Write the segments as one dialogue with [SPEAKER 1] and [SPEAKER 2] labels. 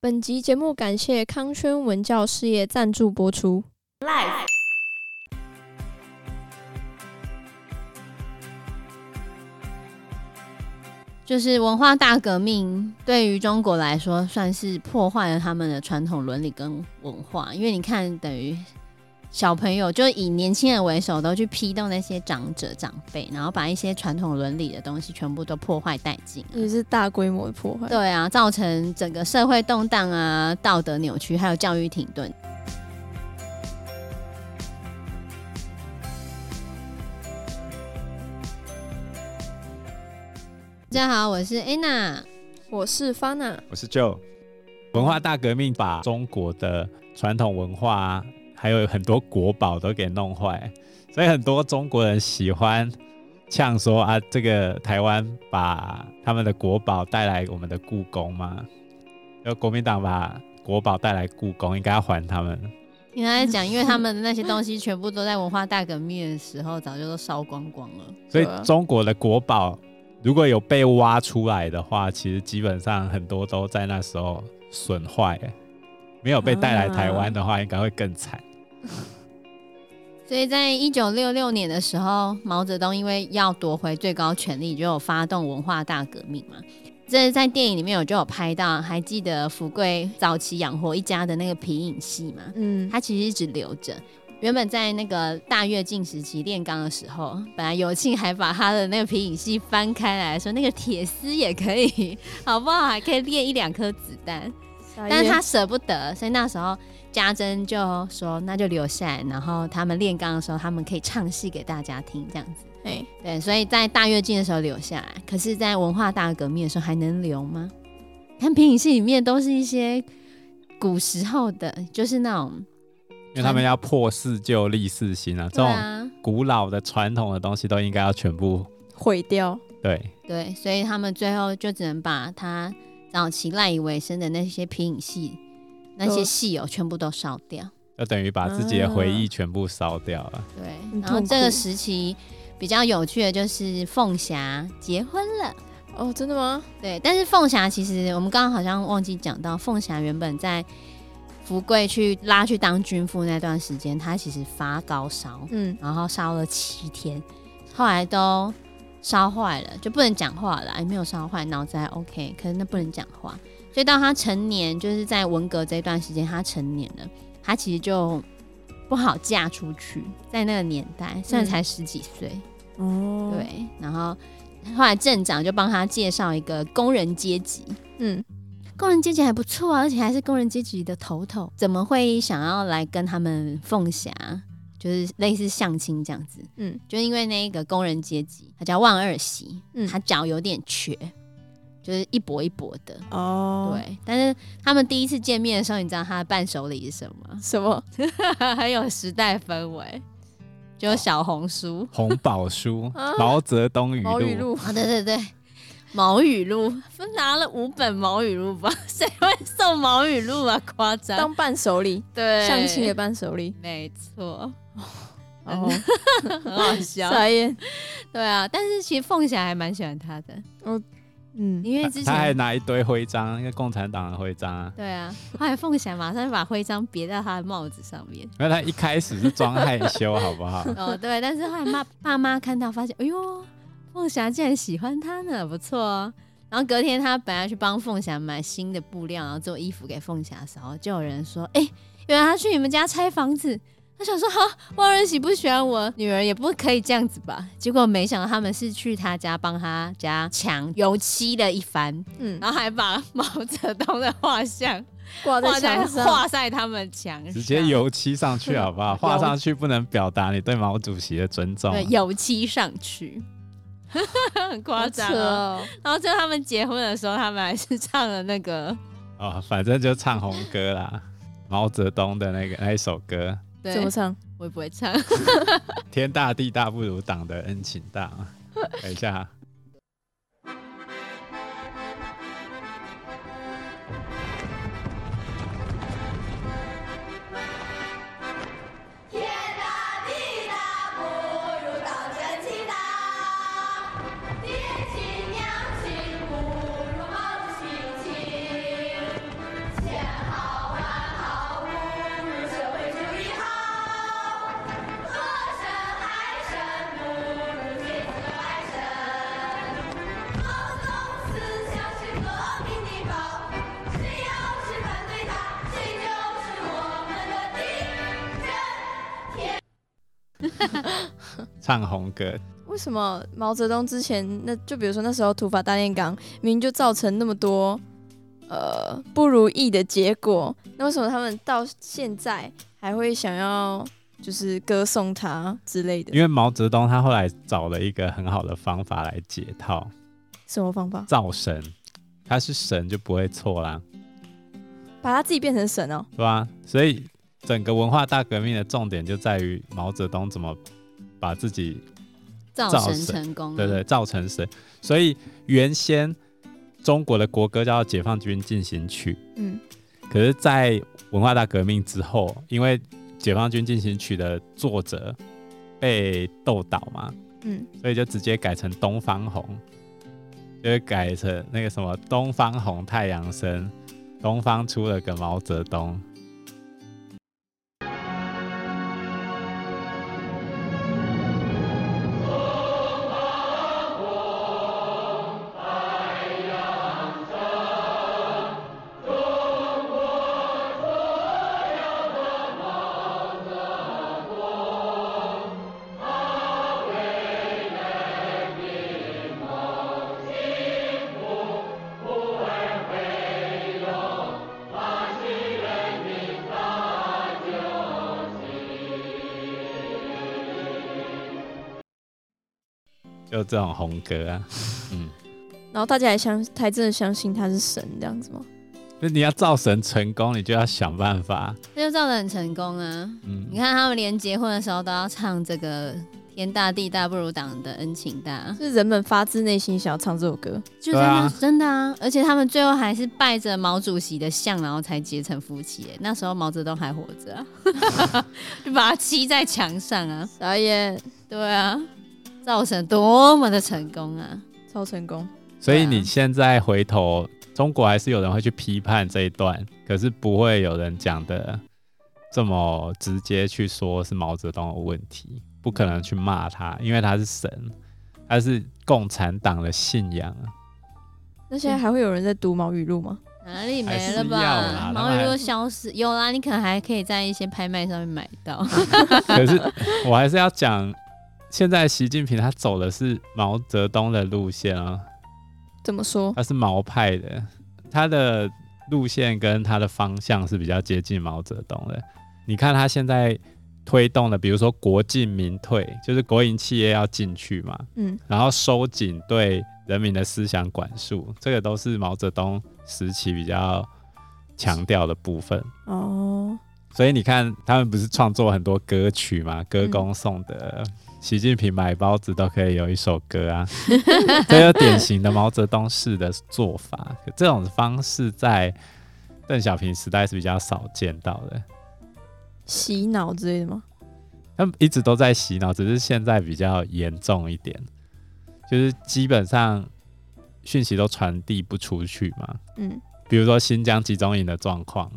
[SPEAKER 1] 本集节目感谢康轩文教事业赞助播出。
[SPEAKER 2] Life，
[SPEAKER 3] 就是文化大革命对于中国来说，算是破坏了他们的传统伦理跟文化。因为你看，等于小朋友就以年轻人为首，都去批斗那些长者长辈，然后把一些传统伦理的东西全部都破坏殆尽啊。
[SPEAKER 1] 也是大规模的破坏。
[SPEAKER 3] 对啊，造成整个社会动荡啊、道德扭曲，还有教育停顿。大家好，我是 Anna。
[SPEAKER 1] 我是 Fana，
[SPEAKER 4] 我是 Joe。文化大革命把中国的传统文化啊还有很多国宝都给弄坏，所以很多中国人喜欢呛说啊，这个台湾把他们的国宝带来我们的故宫嘛，就国民党把国宝带来故宫，应该要还他们。
[SPEAKER 3] 你刚才讲，因为他们的那些东西全部都在文化大革命的时候早就都烧光光了。
[SPEAKER 4] 所以
[SPEAKER 1] 对啊
[SPEAKER 4] 中国的国宝如果有被挖出来的话，其实基本上很多都在那时候损坏了，没有被带来台湾的话，应该会更惨。
[SPEAKER 3] 所以在一九六六年的时候，毛泽东因为要夺回最高权力，就有发动文化大革命嘛。这在电影里面我就有拍到，还记得福贵早期养活一家的那个皮影戏嘛？
[SPEAKER 1] 嗯，
[SPEAKER 3] 它其实一直留着。原本在那个大跃进时期炼钢的时候，本来有庆还把他的那个皮影戏翻开来说，那个铁丝也可以， 好不好？还可以炼一两颗子弹。但是他舍不得，所以那时候家珍就说那就留下来，然后他们练钢的时候，他们可以唱戏给大家听，这样子。
[SPEAKER 1] 哎，
[SPEAKER 3] 对，所以在大跃进的时候留下来，可是，在文化大革命的时候还能留吗？看皮影戏里面都是一些古时候的，就是那种
[SPEAKER 4] 因为他们要破四旧立四新啊，这
[SPEAKER 3] 对
[SPEAKER 4] 种
[SPEAKER 3] 啊，
[SPEAKER 4] 古老的传统的东西都应该要全部
[SPEAKER 1] 毁掉，
[SPEAKER 4] 对。
[SPEAKER 3] 对，所以他们最后就只能把他早期赖以为生的那些皮影戏、那些
[SPEAKER 1] 都
[SPEAKER 3] 戏哦，全部都烧掉。
[SPEAKER 4] 就等于把自己的回忆全部烧掉了。
[SPEAKER 3] 对
[SPEAKER 1] 很，
[SPEAKER 3] 然后
[SPEAKER 1] 痛
[SPEAKER 3] 这
[SPEAKER 1] 苦
[SPEAKER 3] 个时期比较有趣的就是凤霞结婚了，
[SPEAKER 1] 哦，真的吗？
[SPEAKER 3] 对，但是凤霞其实我们刚刚好像忘记讲到，凤霞原本在福贵去拉去当军夫那段时间，她其实发高烧，
[SPEAKER 1] 嗯，
[SPEAKER 3] 然后烧了七天，后来都烧坏了，就不能讲话了，也没有烧坏，脑子还 OK，可是那不能讲话，所以到他成年，就是在文革这段时间，他成年了，他其实就不好嫁出去，在那个年代，虽然才十几岁，
[SPEAKER 1] 哦，，
[SPEAKER 3] 对，然后后来镇长就帮他介绍一个工人阶级，
[SPEAKER 1] 嗯，
[SPEAKER 3] 工人阶级还不错啊，而且还是工人阶级的头头，怎么会想要来跟他们凤霞，就是类似相亲这样子？
[SPEAKER 1] 嗯，
[SPEAKER 3] 就因为那个工人阶级，他叫万二喜，
[SPEAKER 1] 嗯
[SPEAKER 3] 他脚有点瘸，就是一跛一跛的。
[SPEAKER 1] 哦，
[SPEAKER 3] 对，但是他们第一次见面的时候，你知道他的伴手礼是什么？
[SPEAKER 1] 什么？
[SPEAKER 3] 很有时代氛围，就是小红书。
[SPEAKER 4] 红宝书
[SPEAKER 1] 啊、
[SPEAKER 4] 毛泽东语
[SPEAKER 1] 毛语
[SPEAKER 4] 录，
[SPEAKER 1] 录，
[SPEAKER 3] 啊、对对对，毛语录，拿了五本毛语录吧？谁会送毛语录啊？夸张。
[SPEAKER 1] 当伴手礼，
[SPEAKER 3] 对，
[SPEAKER 1] 相亲的伴手礼，
[SPEAKER 3] 没错，
[SPEAKER 1] 哦，
[SPEAKER 3] 很好笑。
[SPEAKER 1] 傻眼，
[SPEAKER 3] 对啊，但是其实凤霞还蛮喜欢他的，
[SPEAKER 1] 嗯，
[SPEAKER 3] 因为
[SPEAKER 4] 他
[SPEAKER 3] 之
[SPEAKER 4] 他还
[SPEAKER 3] 前
[SPEAKER 4] 拿一堆徽章，那个共产党的徽章啊。
[SPEAKER 3] 对啊，后来凤霞马上就把徽章别到他的帽子上面。
[SPEAKER 4] 因为他一开始是装害羞，好不好？
[SPEAKER 3] 哦，对，但是后来妈爸妈看到发现，哎呦，凤霞竟然喜欢他呢，不错哦。然后隔天他本来去帮凤霞买新的布料，然后做衣服给凤霞的时候，就有人说，哎，原来他去你们家拆房子。他想说，哈，万人喜不喜欢我女儿也不可以这样子吧？结果没想到他们是去他家帮他家抢油漆了一番，
[SPEAKER 1] 嗯，
[SPEAKER 3] 然后还把毛泽东的画像
[SPEAKER 1] 挂在
[SPEAKER 3] 画在
[SPEAKER 1] 墙上，
[SPEAKER 3] 画在他们墙上，
[SPEAKER 4] 直接油漆上去，好不好？画上去不能表达你对毛主席的尊重啊。
[SPEAKER 3] 对，油漆上去，很夸
[SPEAKER 1] 好
[SPEAKER 3] 张、
[SPEAKER 1] 扯
[SPEAKER 3] 哦。
[SPEAKER 1] 哦，
[SPEAKER 3] 然后最后他们结婚的时候，他们还是唱了那个，
[SPEAKER 4] 哦，反正就唱红歌啦，毛泽东的那个那一首歌
[SPEAKER 3] 对
[SPEAKER 1] 怎，么唱？
[SPEAKER 3] 我也不会唱。
[SPEAKER 4] “天大地大不如党的恩情大”嘛。等一下啊，
[SPEAKER 2] 天大地大不如党的情大，爹亲娘亲不如毛主席亲，强
[SPEAKER 4] 唱红歌。
[SPEAKER 1] 为什么毛泽东之前那就比如说那时候土法大炼钢，明明就造成那么多呃不如意的结果，那为什么他们到现在还会想要就是歌颂他之类的？
[SPEAKER 4] 因为毛泽东他后来找了一个很好的方法来解套，
[SPEAKER 1] 什么方法？
[SPEAKER 4] 造神，他是神就不会错啦，
[SPEAKER 1] 把他自己变成神哦。
[SPEAKER 4] 对吧？所以整个文化大革命的重点就在于毛泽东怎么把自己
[SPEAKER 3] 造
[SPEAKER 4] 造
[SPEAKER 3] 神
[SPEAKER 4] 神
[SPEAKER 3] 成
[SPEAKER 1] 嗯
[SPEAKER 3] 功，啊
[SPEAKER 4] 对对，，造成神。所以原先中国的国歌叫《解放军进行曲
[SPEAKER 1] 嗯，》，
[SPEAKER 4] 可是，在文化大革命之后，因为《解放军进行曲》的作者被斗倒嘛，
[SPEAKER 1] 嗯，
[SPEAKER 4] 所以就直接改成《东方红》，就是改成那个什么“东方红太阳升”，东方出了个毛泽东。就这种红歌啊， 嗯，
[SPEAKER 1] 然后大家还相还真的相信他是神这样子吗？
[SPEAKER 4] 那你要造神成功，你就要想办法，
[SPEAKER 3] 那就造得很成功啊。
[SPEAKER 4] 嗯
[SPEAKER 3] 你，看他们连结婚的时候都要唱这个“天大地大不如党的恩情大
[SPEAKER 1] 是人们发自内心想要唱这首歌，”，
[SPEAKER 3] 就
[SPEAKER 4] 对
[SPEAKER 3] 真的、
[SPEAKER 4] 啊
[SPEAKER 3] 真的啊！而且他们最后还是拜着毛主席的像，然后才结成夫妻耶。那时候毛泽东还活着、啊， 就把他漆在墙上啊。
[SPEAKER 1] 傻眼，
[SPEAKER 3] 对啊，造成多么的成功啊！
[SPEAKER 1] 超成功。
[SPEAKER 4] 所以
[SPEAKER 3] 对啊
[SPEAKER 4] 你现在回头，中国还是有人会去批判这一段，可是不会有人讲的这么直接去说是毛泽东的问题，不可能去骂他，因为他是神，他是共产党的信仰啊。
[SPEAKER 1] 那
[SPEAKER 3] 嗯
[SPEAKER 1] 现在还会有人在读毛语录吗？
[SPEAKER 3] 哪里
[SPEAKER 4] 还
[SPEAKER 3] 没
[SPEAKER 4] 是
[SPEAKER 3] 了
[SPEAKER 4] 要啦
[SPEAKER 3] 吧？
[SPEAKER 4] 他
[SPEAKER 3] 毛
[SPEAKER 4] 们
[SPEAKER 3] 语
[SPEAKER 4] 还
[SPEAKER 3] 录消失有啦，你可能还可以在一些拍卖上面买 到。
[SPEAKER 4] 可是我还是要讲，现在习近平他走的是毛泽东的路线啊，
[SPEAKER 1] 怎么说？
[SPEAKER 4] 他是毛派的，他的路线跟他的方向是比较接近毛泽东的。你看他现在推动的，比如说国进民退，就是国营企业要进去嘛，
[SPEAKER 1] 嗯，
[SPEAKER 4] 然后收紧对人民的思想管束，这个都是毛泽东时期比较强调的部分。
[SPEAKER 1] 哦，
[SPEAKER 4] 所以你看，他们不是创作很多歌曲嘛，歌功颂德，习近平买包子都可以有一首歌啊，这有典型的毛泽东式的做法。可这种方式在邓小平时代是比较少见到的，
[SPEAKER 1] 洗脑之类的吗？
[SPEAKER 4] 他们一直都在洗脑，只是现在比较严重一点，就是基本上讯息都传递不出去嘛。
[SPEAKER 1] 嗯，
[SPEAKER 4] 比如说新疆集中营的状况，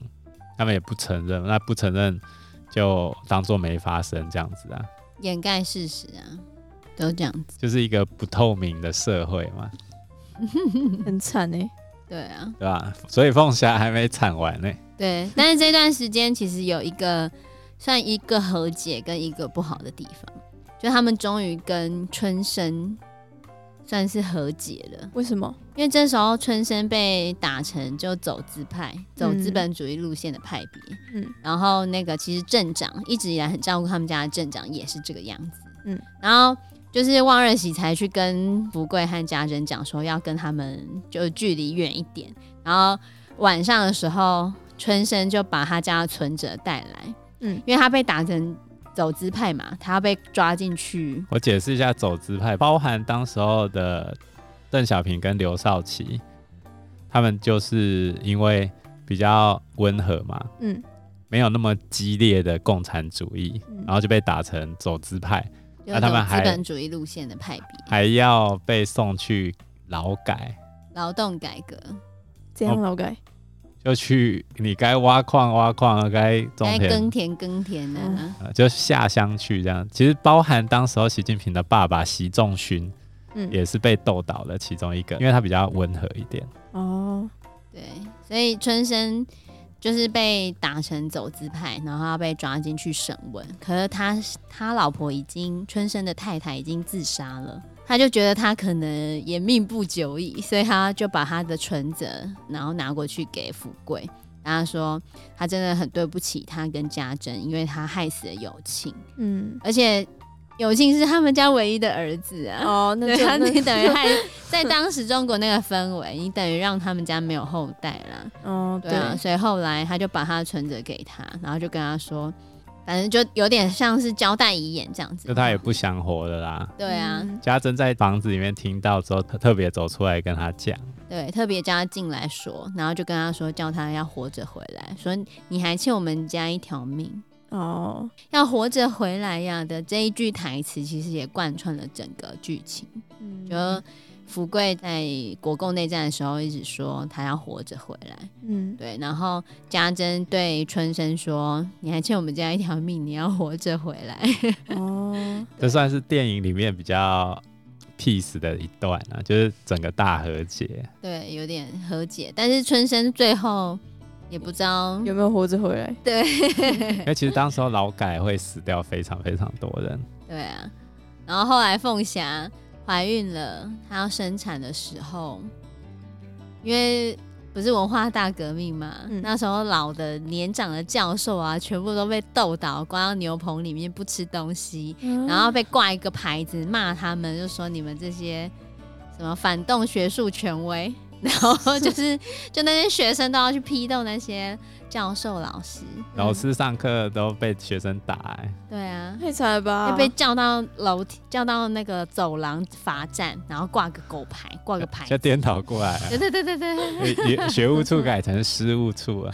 [SPEAKER 4] 他们也不承认，那不承认就当做没发生这样子啊，
[SPEAKER 3] 掩盖事实啊，都这样子。
[SPEAKER 4] 就是一个不透明的社会嘛，
[SPEAKER 1] 很惨哎、
[SPEAKER 3] 对啊，
[SPEAKER 4] 对吧？所以凤霞还没惨完呢、
[SPEAKER 3] 对。但是这段时间其实有一个算一个和解跟一个不好的地方，就他们终于跟春生算是和解了，
[SPEAKER 1] 为什么？
[SPEAKER 3] 因为这时候春生被打成就走资派、走
[SPEAKER 1] 嗯
[SPEAKER 3] 资本主义路线的派别，
[SPEAKER 1] 嗯
[SPEAKER 3] 然后那个其实镇长一直以来很照顾他们家的镇长也是这个样子，
[SPEAKER 1] 嗯
[SPEAKER 3] 嗯，然后就是汪瑞喜才去跟福贵和家人讲说要跟他们就距离远一点，然后晚上的时候春生就把他家的存折带来，
[SPEAKER 1] 嗯
[SPEAKER 3] 嗯，因为他被打成走资派嘛，他要被抓进去，
[SPEAKER 4] 我解释一下走资派，包含当时候的邓小平跟刘少奇，他们就是因为比较温和嘛，
[SPEAKER 1] 嗯
[SPEAKER 4] 没有那么激烈的共产主义，
[SPEAKER 1] 嗯
[SPEAKER 4] 然后就被打成走资派，
[SPEAKER 3] 就
[SPEAKER 4] 那
[SPEAKER 3] 是
[SPEAKER 4] 他
[SPEAKER 3] 走
[SPEAKER 4] 们
[SPEAKER 3] 资
[SPEAKER 4] 还
[SPEAKER 3] 本主义路线的派别，
[SPEAKER 4] 还要被送去劳改。
[SPEAKER 3] 劳动改革，
[SPEAKER 1] 怎样劳改？
[SPEAKER 4] 就去你该挖矿挖矿，该种
[SPEAKER 3] 该
[SPEAKER 4] 田
[SPEAKER 3] 耕，田耕田啊，
[SPEAKER 4] 呃就下乡去这样。其实包含当时候习近平的爸爸习仲勋
[SPEAKER 1] 嗯，
[SPEAKER 4] 也是被斗倒的其中一个，因为他比较温和一点。
[SPEAKER 1] 哦，
[SPEAKER 3] 对，所以春生就是被打成走资派，然后他被抓进去审问。可是他他老婆已经春生的太太已经自杀了，他就觉得他可能也命不久矣，所以他就把他的存折然后拿过去给富贵，然后他说他真的很对不起他跟家珍，因为他害死了友庆，
[SPEAKER 1] 嗯，
[SPEAKER 3] 而且友庆是他们家唯一的儿子啊。
[SPEAKER 1] 哦，那
[SPEAKER 3] 对
[SPEAKER 1] 就
[SPEAKER 3] 啊，
[SPEAKER 1] 那
[SPEAKER 3] 你等于 害在当时中国那个氛围，你等于让他们家没有后代啦。
[SPEAKER 1] 哦，
[SPEAKER 3] 对啊，所以后来他就把他的存折给他，然后就跟他说，反正就有点像是交代遗言这样子。
[SPEAKER 4] 就他也不想活了啦。
[SPEAKER 3] 对啊，
[SPEAKER 1] 嗯
[SPEAKER 4] 家珍在房子里面听到之后，特特别走出来跟他讲，
[SPEAKER 3] 对，特别叫他进来说，然后就跟他说，叫他要活着回来，说你还欠我们家一条命，
[SPEAKER 1] 哦，
[SPEAKER 3] 要活着回来呀的这一句台词，其实也贯穿了整个剧情。
[SPEAKER 1] 嗯
[SPEAKER 3] 就福贵在国共内战的时候一直说他要活着回来，
[SPEAKER 1] 嗯，
[SPEAKER 3] 对，然后家珍对春生说：“你还欠我们家一条命，你要活着回来。
[SPEAKER 1] 哦，
[SPEAKER 4] 这算是电影里面比较 peace 的一段啊，就是整个大和解。”
[SPEAKER 3] 对，有点和解，但是春生最后也不知道，
[SPEAKER 1] 有没有活着回来？
[SPEAKER 3] 对
[SPEAKER 4] 因为其实当时候劳改会死掉非常非常多人，
[SPEAKER 3] 对啊。然后后来凤霞怀孕了，她要生产的时候，因为不是文化大革命嘛，
[SPEAKER 1] 嗯
[SPEAKER 3] 那时候老的年长的教授啊，全部都被斗倒，关到牛棚里面不吃东西，然后被挂一个牌子骂他们，就说你们这些什么反动学术权威， 然后就是就那些学生都要去批斗那些教授老师，
[SPEAKER 4] 老师上课都被学生打、欸，
[SPEAKER 3] 对啊，
[SPEAKER 1] 太惨了吧？
[SPEAKER 3] 要被叫到楼梯，叫到那个走廊罚站，然后挂个狗牌，挂个牌
[SPEAKER 4] 就
[SPEAKER 3] 子，
[SPEAKER 4] 颠倒过来、啊
[SPEAKER 3] 对对对对对，
[SPEAKER 4] 也也学务处改成失务处啊。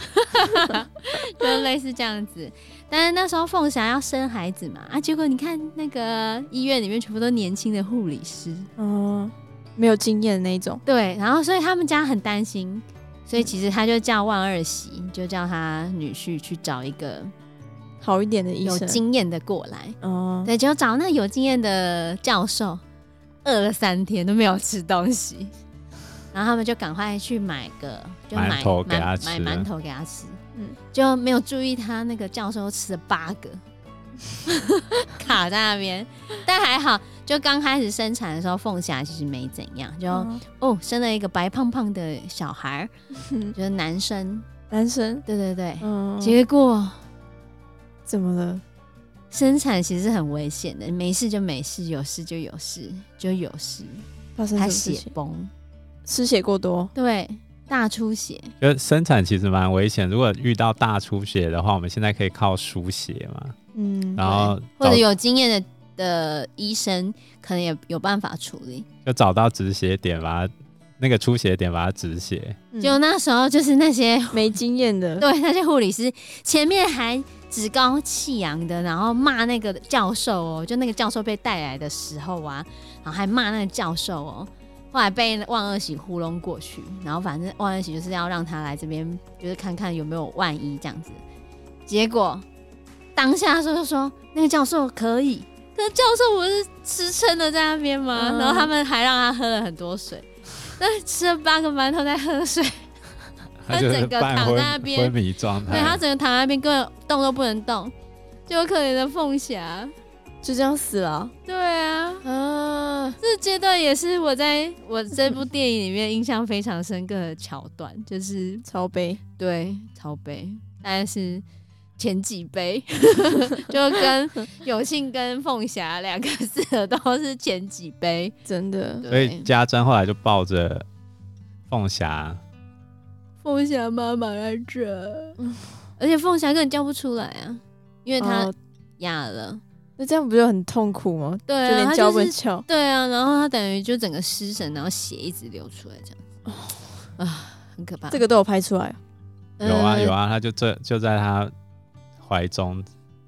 [SPEAKER 3] 就类似这样子。但是那时候凤霞要生孩子嘛，啊，结果你看那个医院里面全部都年轻的护理师，
[SPEAKER 1] 哦，没有经验的那一种。
[SPEAKER 3] 对，然后所以他们家很担心，所以其实他就叫万二喜，就叫他女婿去找一个
[SPEAKER 1] 好一点的医
[SPEAKER 3] 有
[SPEAKER 1] 生
[SPEAKER 3] 经验的过来。
[SPEAKER 1] 哦，
[SPEAKER 3] 对，结果找那有经验的教授，饿了三天都没有吃东西，然后他们就赶快去买个，就买
[SPEAKER 4] 馒头给他
[SPEAKER 3] 买
[SPEAKER 4] 吃
[SPEAKER 3] 买馒头给他吃，嗯
[SPEAKER 1] 嗯，
[SPEAKER 3] 就没有注意他那个教授吃了八个， 卡在那边，但还好，就刚开始生产的时候，凤霞其实没怎样，就。
[SPEAKER 1] 哦
[SPEAKER 3] 哦，生了一个白胖胖的小孩儿，
[SPEAKER 1] 嗯
[SPEAKER 3] 就是男生，
[SPEAKER 1] 男生，
[SPEAKER 3] 对对对。
[SPEAKER 1] 嗯，
[SPEAKER 3] 结果
[SPEAKER 1] 怎么了？
[SPEAKER 3] 生产其实很危险的，没事就没事，有事就有事，就有事，
[SPEAKER 1] 发生什
[SPEAKER 3] 他
[SPEAKER 1] 么事
[SPEAKER 3] 血
[SPEAKER 1] 情？
[SPEAKER 3] 崩，
[SPEAKER 1] 失血过多，
[SPEAKER 3] 对，大出血，
[SPEAKER 4] 就生产其实蛮危险，如果遇到大出血的话，我们现在可以靠输血嘛，
[SPEAKER 1] 嗯，
[SPEAKER 3] 啊
[SPEAKER 4] 然后
[SPEAKER 3] 或
[SPEAKER 4] 找
[SPEAKER 3] 者有经验的的医生可能也有办法处理。
[SPEAKER 4] 就找到止血点，把它那个出血点把它止血，
[SPEAKER 1] 嗯
[SPEAKER 3] 就那时候就是那些
[SPEAKER 1] 没经验的，
[SPEAKER 3] 对那些护理师前面还趾高气扬的，然后骂那个教授哦，就那个教授被带来的时候啊，然后还骂那个教授哦。后来被万恶喜糊弄过去，然后反正万恶喜就是要让他来这边，就是看看有没有万一这样子。结果当下说就说那个教授可以，可是教授不是吃撑了在那边吗？
[SPEAKER 1] 嗯
[SPEAKER 3] 然后他们还让他喝了很多水，那吃了八个馒头在喝水，他
[SPEAKER 4] 就
[SPEAKER 3] 整
[SPEAKER 4] 是
[SPEAKER 3] 个
[SPEAKER 4] 半
[SPEAKER 3] 躺在那
[SPEAKER 4] 昏
[SPEAKER 3] 边
[SPEAKER 4] 昏迷状
[SPEAKER 3] 对他
[SPEAKER 4] 态。
[SPEAKER 3] 整个躺在那边，根本动都不能动，就有可怜的凤霞。
[SPEAKER 1] 就这样死了
[SPEAKER 3] 对啊，
[SPEAKER 1] 啊！
[SPEAKER 3] 这阶段也是我在我这部电影里面印象非常深刻的桥段，就是
[SPEAKER 1] 超悲，
[SPEAKER 3] 对超杯，但是前几杯 就跟有幸跟凤霞两个字的都是前几杯，
[SPEAKER 1] 真的，
[SPEAKER 4] 所以
[SPEAKER 3] 对，
[SPEAKER 4] 家珍后来就抱着凤霞，
[SPEAKER 3] 凤霞妈妈在这，而且凤霞根本叫不出来啊，因为她
[SPEAKER 1] 哦
[SPEAKER 3] 哑了，
[SPEAKER 1] 那这样不就很痛苦吗？
[SPEAKER 3] 对
[SPEAKER 1] 就
[SPEAKER 3] 啊，
[SPEAKER 1] 连
[SPEAKER 3] 她
[SPEAKER 1] 脚
[SPEAKER 3] 就
[SPEAKER 1] 本
[SPEAKER 3] 是
[SPEAKER 1] 翘，
[SPEAKER 3] 对啊，然后他等于就整个失神，然后血一直流出来这样子，啊，很可怕。
[SPEAKER 1] 这个都有拍出来，
[SPEAKER 3] 呃
[SPEAKER 4] 有啊有，啊，他就这就在他怀中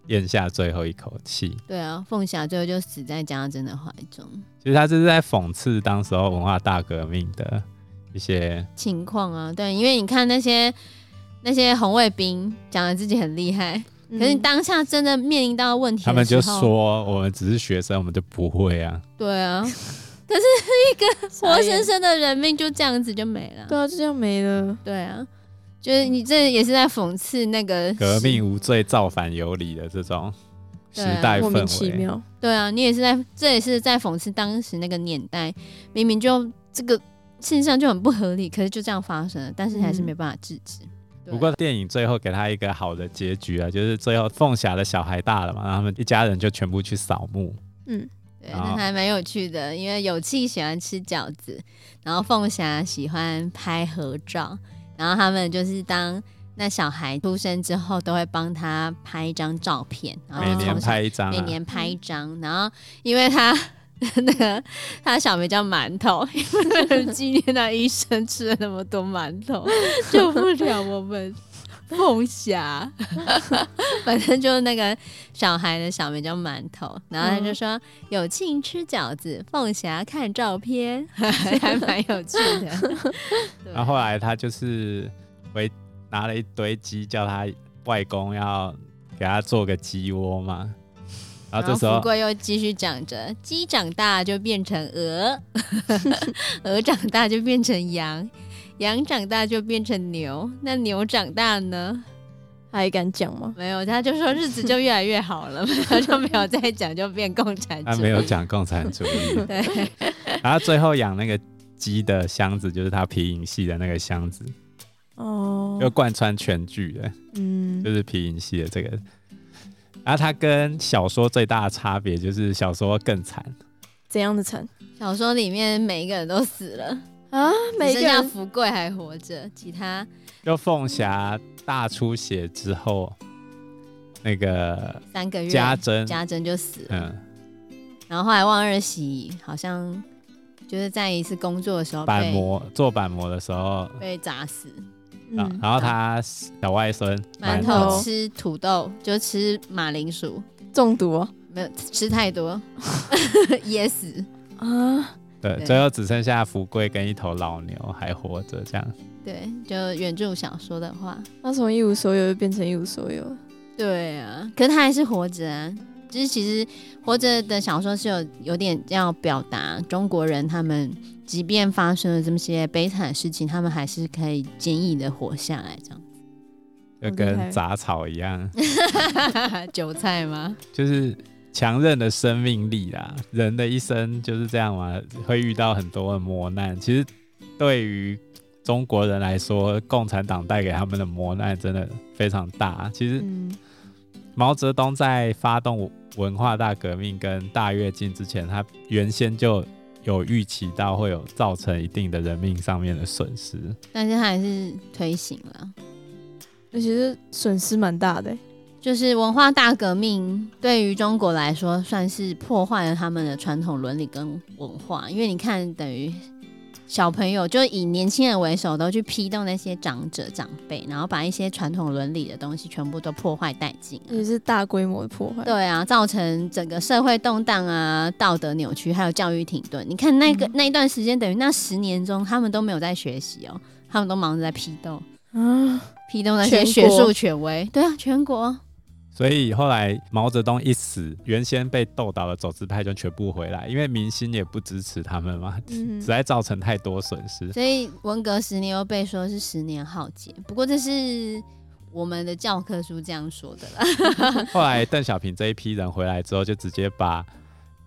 [SPEAKER 4] 咽下最后一口气。
[SPEAKER 3] 对啊，凤霞最后就死在家珍的怀中，
[SPEAKER 4] 其实他这是在讽刺当时候文化大革命的一些，
[SPEAKER 3] 情况啊，对，因为你看那些那些红卫兵讲的自己很厉害，
[SPEAKER 1] 可
[SPEAKER 3] 可是 你当下真的面临到问题
[SPEAKER 4] 他们
[SPEAKER 3] 的时
[SPEAKER 4] 就
[SPEAKER 3] 候，
[SPEAKER 4] 说我们只是学生，我们就不会啊。
[SPEAKER 3] 对 啊，可是一个活生生的人命就这样子就没了，
[SPEAKER 1] 对啊，就这样没了，
[SPEAKER 3] 对啊，就是你这也是在讽刺那个
[SPEAKER 4] 革命无罪，造反有理的这种时
[SPEAKER 3] 对啊
[SPEAKER 4] 代
[SPEAKER 1] 莫
[SPEAKER 4] 氛围，
[SPEAKER 1] 名其妙。
[SPEAKER 3] 对啊，你也是在，这也是在讽刺当时那个年代，明明就这个事实上就很不合理，可是就这样发生了，但是还是
[SPEAKER 1] 嗯
[SPEAKER 3] 没办法制止。对
[SPEAKER 4] 不过电影最后给他一个好的结局啊，就是最后凤霞的小孩大了嘛，然后他们一家人就全部去扫墓。
[SPEAKER 3] 对，
[SPEAKER 4] 啊
[SPEAKER 3] 那还蛮有趣的，因为有气喜欢吃饺子，然后凤霞喜欢拍合照，然后他们就是当那小孩出生之后，都会帮他拍一张照片，然后
[SPEAKER 4] 每
[SPEAKER 3] 就
[SPEAKER 4] 年
[SPEAKER 3] 哦从小
[SPEAKER 4] 拍一张、啊，
[SPEAKER 3] 每年拍一张，然后因为他 那个他的小名叫馒头，因为纪念他一生吃了那么多馒头， 救不了我们凤霞。 反正就是那个小孩的小名叫馒头，然后他就
[SPEAKER 4] 嗯
[SPEAKER 3] 说、有庆吃饺子，凤霞看照片， 还蛮有趣的。对
[SPEAKER 4] 然后后来他就是回拿了一堆鸡，叫他外公要给他做个鸡窝嘛。然后这时
[SPEAKER 3] 富
[SPEAKER 4] 候
[SPEAKER 3] 贵又继续长着，鸡长大就变成鹅， 鹅长大就变成羊，羊长大就变成牛，那牛长大呢？
[SPEAKER 1] 他还敢讲吗？
[SPEAKER 3] 没有，他就说日子就越来越好了， 他就没有再讲，就变共产主
[SPEAKER 4] 他
[SPEAKER 3] 义。，
[SPEAKER 4] 啊没有讲共产主义
[SPEAKER 3] 对，
[SPEAKER 4] 然后最后养那个鸡的箱子就是他皮影戏的那个箱子，
[SPEAKER 1] 哦
[SPEAKER 4] 就，贯穿全剧的，
[SPEAKER 1] 嗯
[SPEAKER 4] 就，是皮影戏的这个。然后他跟小说最大的差别就是小说更惨，
[SPEAKER 1] 怎样的惨
[SPEAKER 3] 小说里面每一个人都死了，
[SPEAKER 1] 啊？ 每个
[SPEAKER 3] 只剩下
[SPEAKER 1] 人
[SPEAKER 3] 福贵还活着，其他
[SPEAKER 4] 就凤霞大出血之后，那个
[SPEAKER 3] 三个月
[SPEAKER 4] 家珍，
[SPEAKER 3] 家珍就死了。
[SPEAKER 4] 嗯，
[SPEAKER 3] 然后后来望二喜好像就是在一次工作的时候
[SPEAKER 4] 板
[SPEAKER 3] 被
[SPEAKER 4] 模做板模的时候，
[SPEAKER 3] 被砸死。
[SPEAKER 4] 啊，
[SPEAKER 1] 嗯，
[SPEAKER 4] 然后他小外孙
[SPEAKER 1] 馒
[SPEAKER 3] 馒头
[SPEAKER 1] 头
[SPEAKER 3] 吃土豆，就吃马铃薯，
[SPEAKER 1] 中毒哦
[SPEAKER 3] 没有吃太多， 噎死。
[SPEAKER 1] 啊，
[SPEAKER 4] 对，
[SPEAKER 3] 对
[SPEAKER 4] 最后只剩下福贵跟一头老牛还活着，这样
[SPEAKER 3] 对，就原著小说的话，
[SPEAKER 1] 他从一无所有就变成一无所有了，
[SPEAKER 3] 对啊，可是他还是活着啊。就是其实活着的小说是有有点要表达中国人他们，即便发生了这么些悲惨的事情，他们还是可以坚毅的活下来，这
[SPEAKER 4] 就
[SPEAKER 1] 好厉
[SPEAKER 4] 跟
[SPEAKER 1] 害
[SPEAKER 4] 杂草一样，
[SPEAKER 3] 样。 韭菜吗？
[SPEAKER 4] 就是强韧的生命力啦。人的一生就是这样嘛，会遇到很多的磨难。其实对于中国人来说，共产党带给他们的磨难真的非常大。其实
[SPEAKER 1] 嗯，
[SPEAKER 4] 毛泽东在发动文化大革命跟大跃进之前，他原先就有预期到会有造成一定的人命上面的损失。
[SPEAKER 3] 但是他还是推行了。
[SPEAKER 1] 那其实损失蛮大的欸，
[SPEAKER 3] 就是文化大革命对于中国来说，算是破坏了他们的传统伦理跟文化，因为你看，等于小朋友就以年轻人为首，都去批斗那些长者长辈，然后把一些传统伦理的东西全部都破坏殆尽啊、
[SPEAKER 1] 也是大规模的破坏。
[SPEAKER 3] 对啊，造成整个社会动荡啊，道德扭曲，还有教育停顿。你看那个、
[SPEAKER 1] 嗯
[SPEAKER 3] 那一段时间，等于那十年中，他们都没有在学习哦，他们都忙着在批斗，
[SPEAKER 1] 啊，
[SPEAKER 3] 批斗那些
[SPEAKER 1] 全
[SPEAKER 3] 学
[SPEAKER 1] 国
[SPEAKER 3] 术权威。对啊，全国。
[SPEAKER 4] 所以后来毛泽东一死，原先被斗倒的走资派就全部回来，因为民心也不支持他们嘛，
[SPEAKER 1] 嗯
[SPEAKER 4] 实在造成太多损 失。
[SPEAKER 3] 所以文革十年又被说是十年浩劫，不过这是我们的教科书这样说的啦。
[SPEAKER 4] 后来邓小平这一批人回来之后，就直接把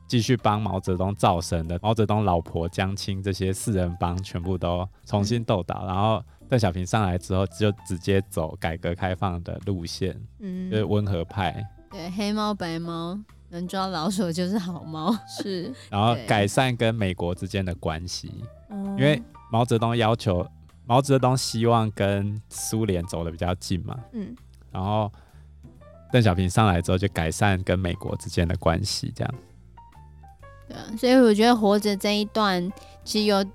[SPEAKER 4] 继续帮毛泽东造神的毛泽东老婆江青这些四人帮全部都重新斗倒，然后。邓小平上来之后，就直接走改革开放的路线，
[SPEAKER 1] 嗯
[SPEAKER 4] 就是温和派，
[SPEAKER 3] 对，黑猫白猫，能抓老鼠就是好猫。
[SPEAKER 1] 是，
[SPEAKER 4] 然后
[SPEAKER 3] 对
[SPEAKER 4] 改善跟美国之间的关系。
[SPEAKER 1] 因
[SPEAKER 4] 因为毛泽东要求，毛泽东希望跟苏联走的比较近嘛，
[SPEAKER 1] 嗯
[SPEAKER 4] 然后邓小平上来之后就改善跟美国之间的关系，这样
[SPEAKER 3] 对啊，所以我觉得活着这一段其实有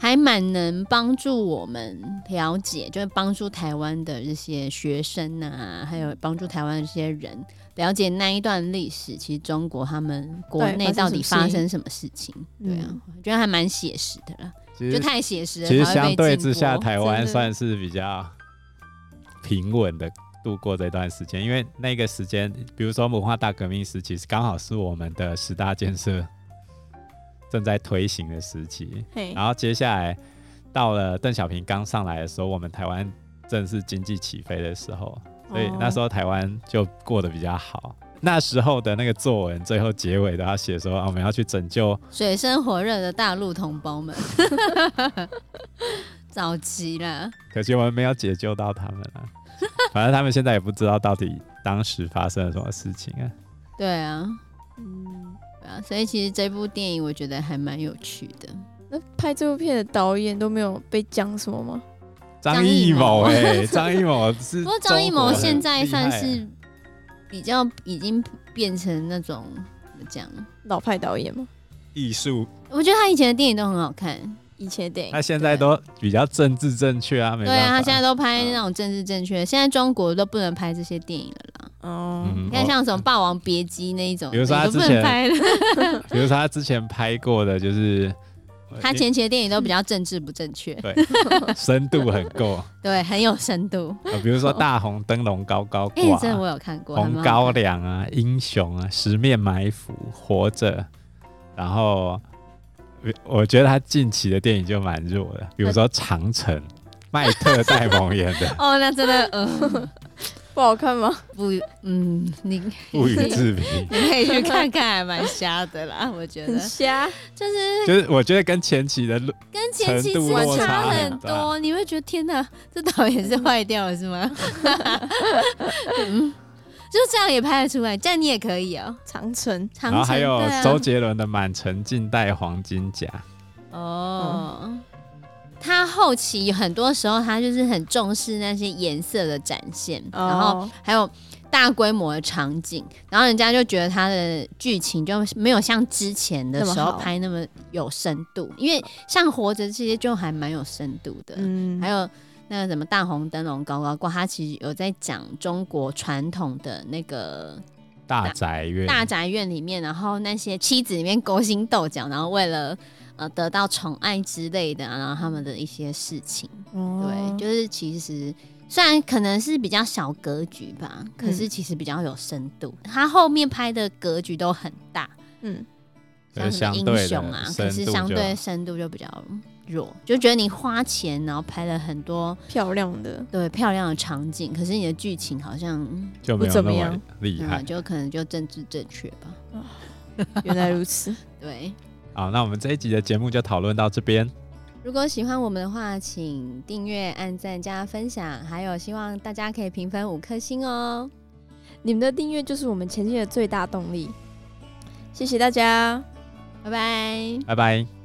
[SPEAKER 3] 还蛮能帮助我们了解，就是帮助台湾的这些学生啊，还有帮助台湾的这些人了解那一段历史。其实中国他们国
[SPEAKER 1] 对
[SPEAKER 3] 内到底
[SPEAKER 1] 发
[SPEAKER 3] 发
[SPEAKER 1] 生
[SPEAKER 3] 生什么事情？
[SPEAKER 1] 嗯
[SPEAKER 3] 对啊，我觉得还蛮写实的啦，
[SPEAKER 4] 其
[SPEAKER 3] 就
[SPEAKER 4] 实
[SPEAKER 3] 太写实了。
[SPEAKER 4] 其实
[SPEAKER 3] 才会被
[SPEAKER 4] 相对
[SPEAKER 3] 禁
[SPEAKER 4] 之下，
[SPEAKER 3] 播
[SPEAKER 4] 台湾
[SPEAKER 1] 真的
[SPEAKER 4] 算是比较平稳的度过这段时间，因为那个时间，比如说文化大革命时期，刚好是我们的十大建设正在推行的时期，
[SPEAKER 1] 嘿
[SPEAKER 4] 然后接下来到了邓小平刚上来的时候，我们台湾正是经济起飞的时候，所以那时候台湾就过得比较好。那时候的那个作文最后结尾都要写说啊，我们要去拯救，
[SPEAKER 3] 水深火热的大陆同胞们， 早期啦，
[SPEAKER 4] 可惜我们没有解救到他们 啊。反正他们现在也不知道到底当时发生了什么事情啊。
[SPEAKER 3] 对啊，
[SPEAKER 1] 嗯，
[SPEAKER 3] 对啊，所以其实这部电影我觉得还蛮有趣的。
[SPEAKER 1] 那拍这部片的导演都没有被讲什么吗？
[SPEAKER 4] 张
[SPEAKER 3] 张艺
[SPEAKER 4] 艺谋
[SPEAKER 3] 谋
[SPEAKER 4] 哎，张艺谋是中
[SPEAKER 3] 不
[SPEAKER 4] 国
[SPEAKER 3] 过
[SPEAKER 4] 人，
[SPEAKER 3] 张艺谋现在算
[SPEAKER 4] 很厉害
[SPEAKER 3] 是比较已经变成那种怎么讲？
[SPEAKER 1] 老派导演吗？
[SPEAKER 4] 艺术，
[SPEAKER 3] 我觉得他以前的电影都很好看，
[SPEAKER 1] 以前的电
[SPEAKER 4] 他
[SPEAKER 1] 影，
[SPEAKER 4] 现在都比较政治正确啊，没
[SPEAKER 3] 对啊，
[SPEAKER 4] 办
[SPEAKER 3] 他
[SPEAKER 4] 法
[SPEAKER 3] 现在都拍那种政治正确，现在中国都不能拍这些电影了啦。
[SPEAKER 1] 哦，
[SPEAKER 4] 嗯
[SPEAKER 3] 你看像什么《霸王别姬》那一种，
[SPEAKER 4] 比如说他
[SPEAKER 3] 都不
[SPEAKER 4] 之前
[SPEAKER 3] 能拍 了。
[SPEAKER 4] 比如说他之前拍过的，就是
[SPEAKER 3] 他前期的电影都比较政治不正确，
[SPEAKER 4] 深度很够啊、
[SPEAKER 3] 对，很有深度。
[SPEAKER 4] 比如说大红灯笼高高
[SPEAKER 3] 哦哎、
[SPEAKER 4] 挂、啊
[SPEAKER 3] 这我有看过，还
[SPEAKER 4] 红
[SPEAKER 3] 蛮好
[SPEAKER 4] 高
[SPEAKER 3] 看
[SPEAKER 4] 粱啊，英雄啊，十面埋伏，活着，然后我我觉得他近期的电影就蛮弱的，比如说《长城》，麦特戴蒙演的
[SPEAKER 3] 哦，那真的，呃，
[SPEAKER 1] 不好看吗？
[SPEAKER 3] 不，嗯，你》，
[SPEAKER 4] 《物与志平
[SPEAKER 3] 你可以去看看，还蛮瞎的啦，我觉
[SPEAKER 1] 很
[SPEAKER 3] 得
[SPEAKER 1] 瞎，
[SPEAKER 3] 就是
[SPEAKER 4] 就是我觉得跟前期的路
[SPEAKER 3] 跟前期
[SPEAKER 4] 程啊度
[SPEAKER 3] 是
[SPEAKER 4] 落
[SPEAKER 3] 差
[SPEAKER 4] 差很
[SPEAKER 3] 很多，
[SPEAKER 4] 大
[SPEAKER 3] 你会觉得天哪，这导演是坏掉了是吗？ 嗯，就这样也拍得出来，这样你也可以哦。
[SPEAKER 1] 长城，
[SPEAKER 3] 长城
[SPEAKER 4] 然后还有
[SPEAKER 3] 对啊
[SPEAKER 4] 周杰伦的《满城尽带黄金甲》，
[SPEAKER 3] 哦。他后期很多时候，他就是很重视那些颜色的展现，然后
[SPEAKER 1] 哦
[SPEAKER 3] 还有大规模的场景，然后人家就觉得它的剧情就没有像之前的时
[SPEAKER 1] 那么
[SPEAKER 3] 候
[SPEAKER 1] 好
[SPEAKER 3] 拍那么有深度，因为像《活着》这些就还蛮有深度的，
[SPEAKER 1] 嗯，
[SPEAKER 3] 还有那个什么大红灯笼高高挂，它其实有在讲中国传统的那个
[SPEAKER 4] 大宅院，
[SPEAKER 3] 大宅院里面，然后那些妻子里面勾心斗角，然后为了呃得到宠爱之类的啊，然后他们的一些事情。
[SPEAKER 1] 哦
[SPEAKER 3] 对，就是其实虽然可能是比较小格局吧，
[SPEAKER 4] 嗯
[SPEAKER 3] 可是其实比较有深度。他后面拍的格局都很大，
[SPEAKER 1] 嗯，
[SPEAKER 4] 就是
[SPEAKER 3] 像
[SPEAKER 4] 呃相
[SPEAKER 3] 什么英雄
[SPEAKER 4] 对的
[SPEAKER 3] 啊，
[SPEAKER 4] 深
[SPEAKER 3] 可是
[SPEAKER 4] 度
[SPEAKER 3] 相
[SPEAKER 4] 就
[SPEAKER 3] 对深度就比较弱，就觉得你花钱然后拍了很多
[SPEAKER 1] 漂亮 的，
[SPEAKER 3] 对漂亮的场景，可是你的剧情好像
[SPEAKER 4] 就没
[SPEAKER 1] 不
[SPEAKER 4] 有
[SPEAKER 1] 怎
[SPEAKER 4] 那
[SPEAKER 1] 么
[SPEAKER 4] 么
[SPEAKER 1] 样
[SPEAKER 4] 厉害
[SPEAKER 3] 嗯，。就可能就政治正确吧。
[SPEAKER 1] 原来如此，
[SPEAKER 3] 对，
[SPEAKER 4] 好，那我们这一集的节目就讨论到这边，
[SPEAKER 3] 如果喜欢我们的话，请订阅、按赞、加分享，还有希望大家可以评分五颗星哦。
[SPEAKER 1] 你们的订阅就是我们前进的最大动力，谢谢大家。
[SPEAKER 3] 拜拜。
[SPEAKER 4] 拜拜。